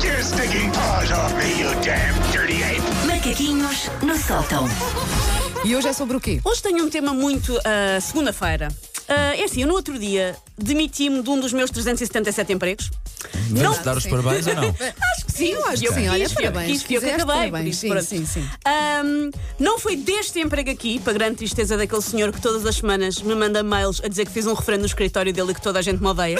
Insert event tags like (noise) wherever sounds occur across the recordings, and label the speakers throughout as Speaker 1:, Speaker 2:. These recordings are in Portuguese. Speaker 1: Taking paws off me, you damn dirty ape!
Speaker 2: Macaquinhos no sótão.
Speaker 3: E hoje é sobre o quê?
Speaker 4: Hoje tenho um tema muito ah, segunda-feira. Ah, é assim, eu no outro dia demiti-me de um dos meus 377 empregos.
Speaker 5: Vamos
Speaker 4: Não.
Speaker 5: dar os parabéns ou (laughs) não?
Speaker 4: Acho que sim,
Speaker 3: eu acho que
Speaker 4: eu
Speaker 3: sim.
Speaker 4: quis,
Speaker 3: Olha,
Speaker 4: eu
Speaker 3: parabéns.
Speaker 4: Quis, fui eu que
Speaker 3: Fizeste,
Speaker 4: acabei. por
Speaker 3: parabéns.
Speaker 4: isso,
Speaker 3: Sim,
Speaker 4: pronto.
Speaker 3: sim, sim.
Speaker 4: Ahm, não foi deste emprego aqui, para grande tristeza daquele senhor que todas as semanas me manda mails a dizer que fiz um referendo no escritório dele e que toda a gente me
Speaker 3: (laughs)
Speaker 4: odeia.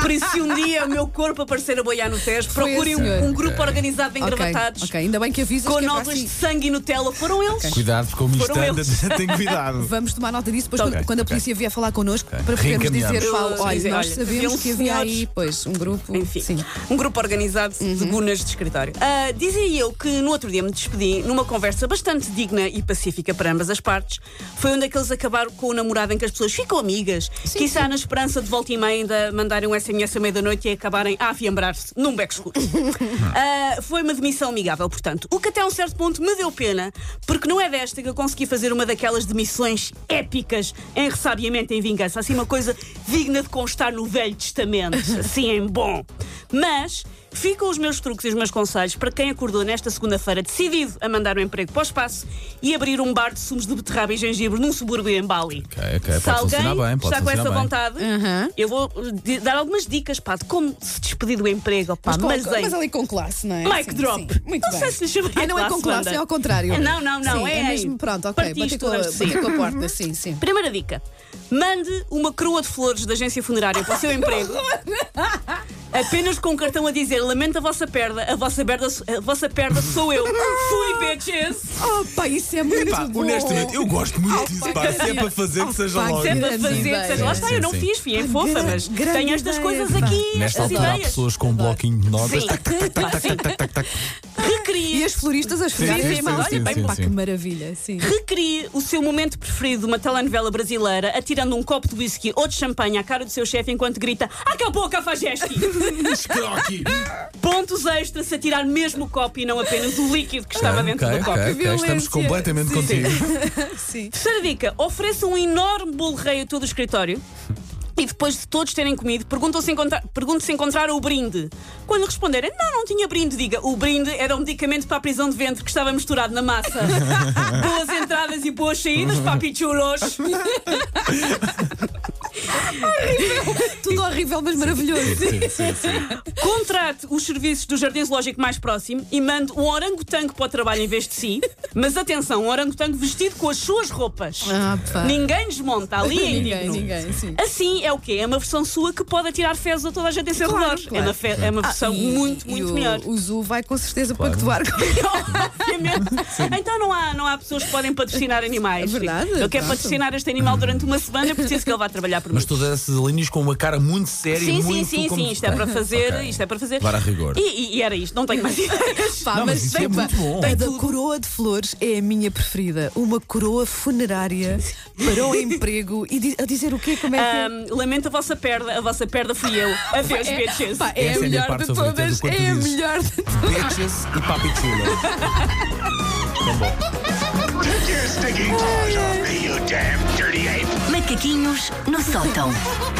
Speaker 4: Por isso, se um dia o meu corpo aparecer a boiar no teste,
Speaker 3: Foi
Speaker 4: procurem
Speaker 3: esse
Speaker 4: um,
Speaker 3: senhor.
Speaker 4: um grupo organizado de engravatados
Speaker 3: Ok, ainda bem que avisas
Speaker 4: com
Speaker 3: que é para
Speaker 4: novas
Speaker 3: assim.
Speaker 4: de sangue e Nutella. Foram eles?
Speaker 5: Cuidado com o
Speaker 4: Foram
Speaker 5: mistanda,
Speaker 4: eles.
Speaker 5: (laughs) tem cuidado.
Speaker 3: Vamos tomar nota disso depois, quando,
Speaker 5: Ok,
Speaker 3: quando a
Speaker 5: ok.
Speaker 3: polícia vier falar connosco, para podermos
Speaker 5: Reencaminhamos.
Speaker 3: dizer, Paulo,
Speaker 4: Eu-
Speaker 3: olha,
Speaker 4: dizer,
Speaker 3: nós
Speaker 4: olha, havia
Speaker 3: sabemos
Speaker 4: uns
Speaker 3: que havia
Speaker 4: senhores-
Speaker 3: aí, pois, um grupo.
Speaker 4: Enfim,
Speaker 3: Sim.
Speaker 4: um grupo organizado de gunas de escritório. Ah, dizia eu que no outro dia me despedi numa conversa bastante digna e pacífica para ambas as partes. Foi onde aqueles acabaram com o namorado em que as pessoas ficam amigas, que está na esperança de volta e meia ainda mandarem um SMS à meia-noite e acabarem a afiambrar-se num beco escuro. Ah, foi uma demissão amigável, portanto. O que até a um certo ponto me deu pena, porque não é desta que eu consegui fazer uma daquelas demissões épicas em ressabiamento e em vingança. Assim, uma coisa digna de constar no Velho Testamento, assim em bom. Mas ficam os meus truques e os meus conselhos para quem acordou nesta segunda-feira decidido a mandar um emprego para o espaço e abrir um bar de sumos de beterraba e gengibre num subúrbio em Bali.
Speaker 5: Ok, ok,
Speaker 4: Se
Speaker 5: pode
Speaker 4: alguém
Speaker 5: funcionar bem, pode
Speaker 4: está com essa
Speaker 5: funcionar bem.
Speaker 4: vontade, eu vou uh, di- dar algumas dicas pá, de como se despedir do emprego. Pá,
Speaker 3: Mas, com-
Speaker 4: mas em-
Speaker 3: é mas ali com classe, não é?
Speaker 4: Mic
Speaker 3: Sim,
Speaker 4: drop.
Speaker 3: sim. Muito
Speaker 4: não
Speaker 3: bem.
Speaker 4: sei se lhe chamaria
Speaker 3: Ah, não é com classe,
Speaker 4: banda.
Speaker 3: é ao contrário.
Speaker 4: É, não, não, não,
Speaker 3: Sim,
Speaker 4: é,
Speaker 3: mesmo, pronto, ok.
Speaker 4: Partiste
Speaker 3: Bater com, a-
Speaker 4: todas, sim.
Speaker 3: bater com a porta, sim, sim.
Speaker 4: Primeira dica: mande uma crua de flores da agência funerária para
Speaker 3: (laughs)
Speaker 4: o seu emprego. Apenas com um cartão a dizer lamento a vossa perda, a vossa perda, a vossa perda
Speaker 3: (laughs)
Speaker 4: sou eu. Fui, bitches!
Speaker 3: Oh, pá, isso é muito
Speaker 5: Pá,
Speaker 3: bom.
Speaker 5: honestamente, eu gosto muito disso. Pá, se é para fazer, que seja
Speaker 3: pá,
Speaker 5: logo.
Speaker 4: Sempre a
Speaker 3: Grandes
Speaker 4: fazer,
Speaker 3: ideias.
Speaker 4: seja, lá está,
Speaker 5: Sim,
Speaker 4: eu não
Speaker 5: sim.
Speaker 4: fiz, fui em
Speaker 3: Pá,
Speaker 4: fofa,
Speaker 3: grande-
Speaker 4: mas
Speaker 3: grande
Speaker 4: tenho estas
Speaker 3: ideia,
Speaker 4: coisas
Speaker 3: pá.
Speaker 4: aqui,
Speaker 5: Nesta
Speaker 4: estas
Speaker 5: altura há
Speaker 4: ideias.
Speaker 5: pessoas com um bloquinho de notas.
Speaker 4: Sim.
Speaker 5: Tac, tac, tac, tac, tac, tac, tac.
Speaker 4: Recrie.
Speaker 3: E as floristas, as
Speaker 5: sim,
Speaker 3: floristas,
Speaker 5: sim,
Speaker 3: pá,
Speaker 5: sim,
Speaker 3: olha, bem,
Speaker 5: sim,
Speaker 3: pá,
Speaker 5: sim.
Speaker 3: que maravilha, sim.
Speaker 4: Recrie o seu momento preferido de uma telenovela brasileira, atirando um copo de whisky ou de champanhe à cara do seu chefe enquanto grita: Acabou a cafajeste!
Speaker 5: Croqui.
Speaker 4: (laughs) Pontos extras se atirar mesmo o copo e não apenas o líquido que estava dentro
Speaker 5: Ah, Ok,
Speaker 4: do copo.
Speaker 5: ok, ok, estamos
Speaker 3: Violência.
Speaker 5: completamente
Speaker 3: Sim.
Speaker 5: contigo.
Speaker 3: Sim.
Speaker 4: Terceira dica: ofereça um enorme bolo rei a todo o escritório. E depois de todos terem comido, perguntam se encontra- pergunte se encontraram o brinde. Quando responderem, não, não tinha brinde, diga, o brinde era um medicamento para a prisão de ventre que estava misturado na massa. boas entradas e boas saídas, papi chulos.
Speaker 5: (laughs)
Speaker 3: Tudo horrível, mas maravilhoso.
Speaker 5: Sim, sim, sim.
Speaker 4: Contrate os serviços do jardim zoológico mais próximo e mande um orangotango para o trabalho em vez de si. Mas atenção, um orangotango vestido com as suas roupas.
Speaker 3: Ah, pá.
Speaker 4: Ninguém desmonta, ali é
Speaker 3: Ninguém,
Speaker 4: indigno.
Speaker 3: ninguém, sim.
Speaker 4: Assim é o quê? É uma versão sua que pode atirar fezes a toda a gente em seu
Speaker 3: Claro,
Speaker 4: redor.
Speaker 3: claro.
Speaker 4: É, uma fe- é uma versão
Speaker 3: Ah, e-
Speaker 4: muito,
Speaker 3: e
Speaker 4: muito
Speaker 3: o,
Speaker 4: melhor.
Speaker 3: O Zu vai com certeza pactuar com
Speaker 4: (laughs) Obviamente. Então não há, não há pessoas que podem patrocinar animais.
Speaker 3: É verdade,
Speaker 4: Eu quero
Speaker 3: pronto.
Speaker 4: patrocinar este animal durante uma semana, preciso que ele vá trabalhar por mim.
Speaker 5: Mas todas essas linhas com uma cara muito séria e
Speaker 4: Sim, sim,
Speaker 5: muito
Speaker 4: sim,
Speaker 5: como-
Speaker 4: sim, isto é para fazer,
Speaker 5: Ok.
Speaker 4: isto é para fazer.
Speaker 5: Levar a rigor.
Speaker 4: E, e- e era isto, não tenho mais (laughs) ideias.
Speaker 3: Pá,
Speaker 5: Não, mas isso
Speaker 3: tem
Speaker 5: é
Speaker 3: pá-
Speaker 5: muito bom.
Speaker 3: A da coroa de flores é a minha preferida. Uma coroa funerária para o emprego e di- a dizer o quê? Como é que é?
Speaker 4: Ahm, lamento a vossa perda, a vossa perda fui eu. Adeus, bitches.
Speaker 3: Pá, é a
Speaker 5: Essa é a minha
Speaker 3: melhor
Speaker 5: parte
Speaker 3: de
Speaker 5: favorita do
Speaker 3: todas.
Speaker 5: quando tu
Speaker 3: É a
Speaker 5: dizes.
Speaker 3: melhor de todas.
Speaker 5: Bitches e papi
Speaker 4: (laughs)
Speaker 5: chulo.
Speaker 1: Take your stinking paws off me, you damn dirty ape!
Speaker 2: Macaquinhos no sótão.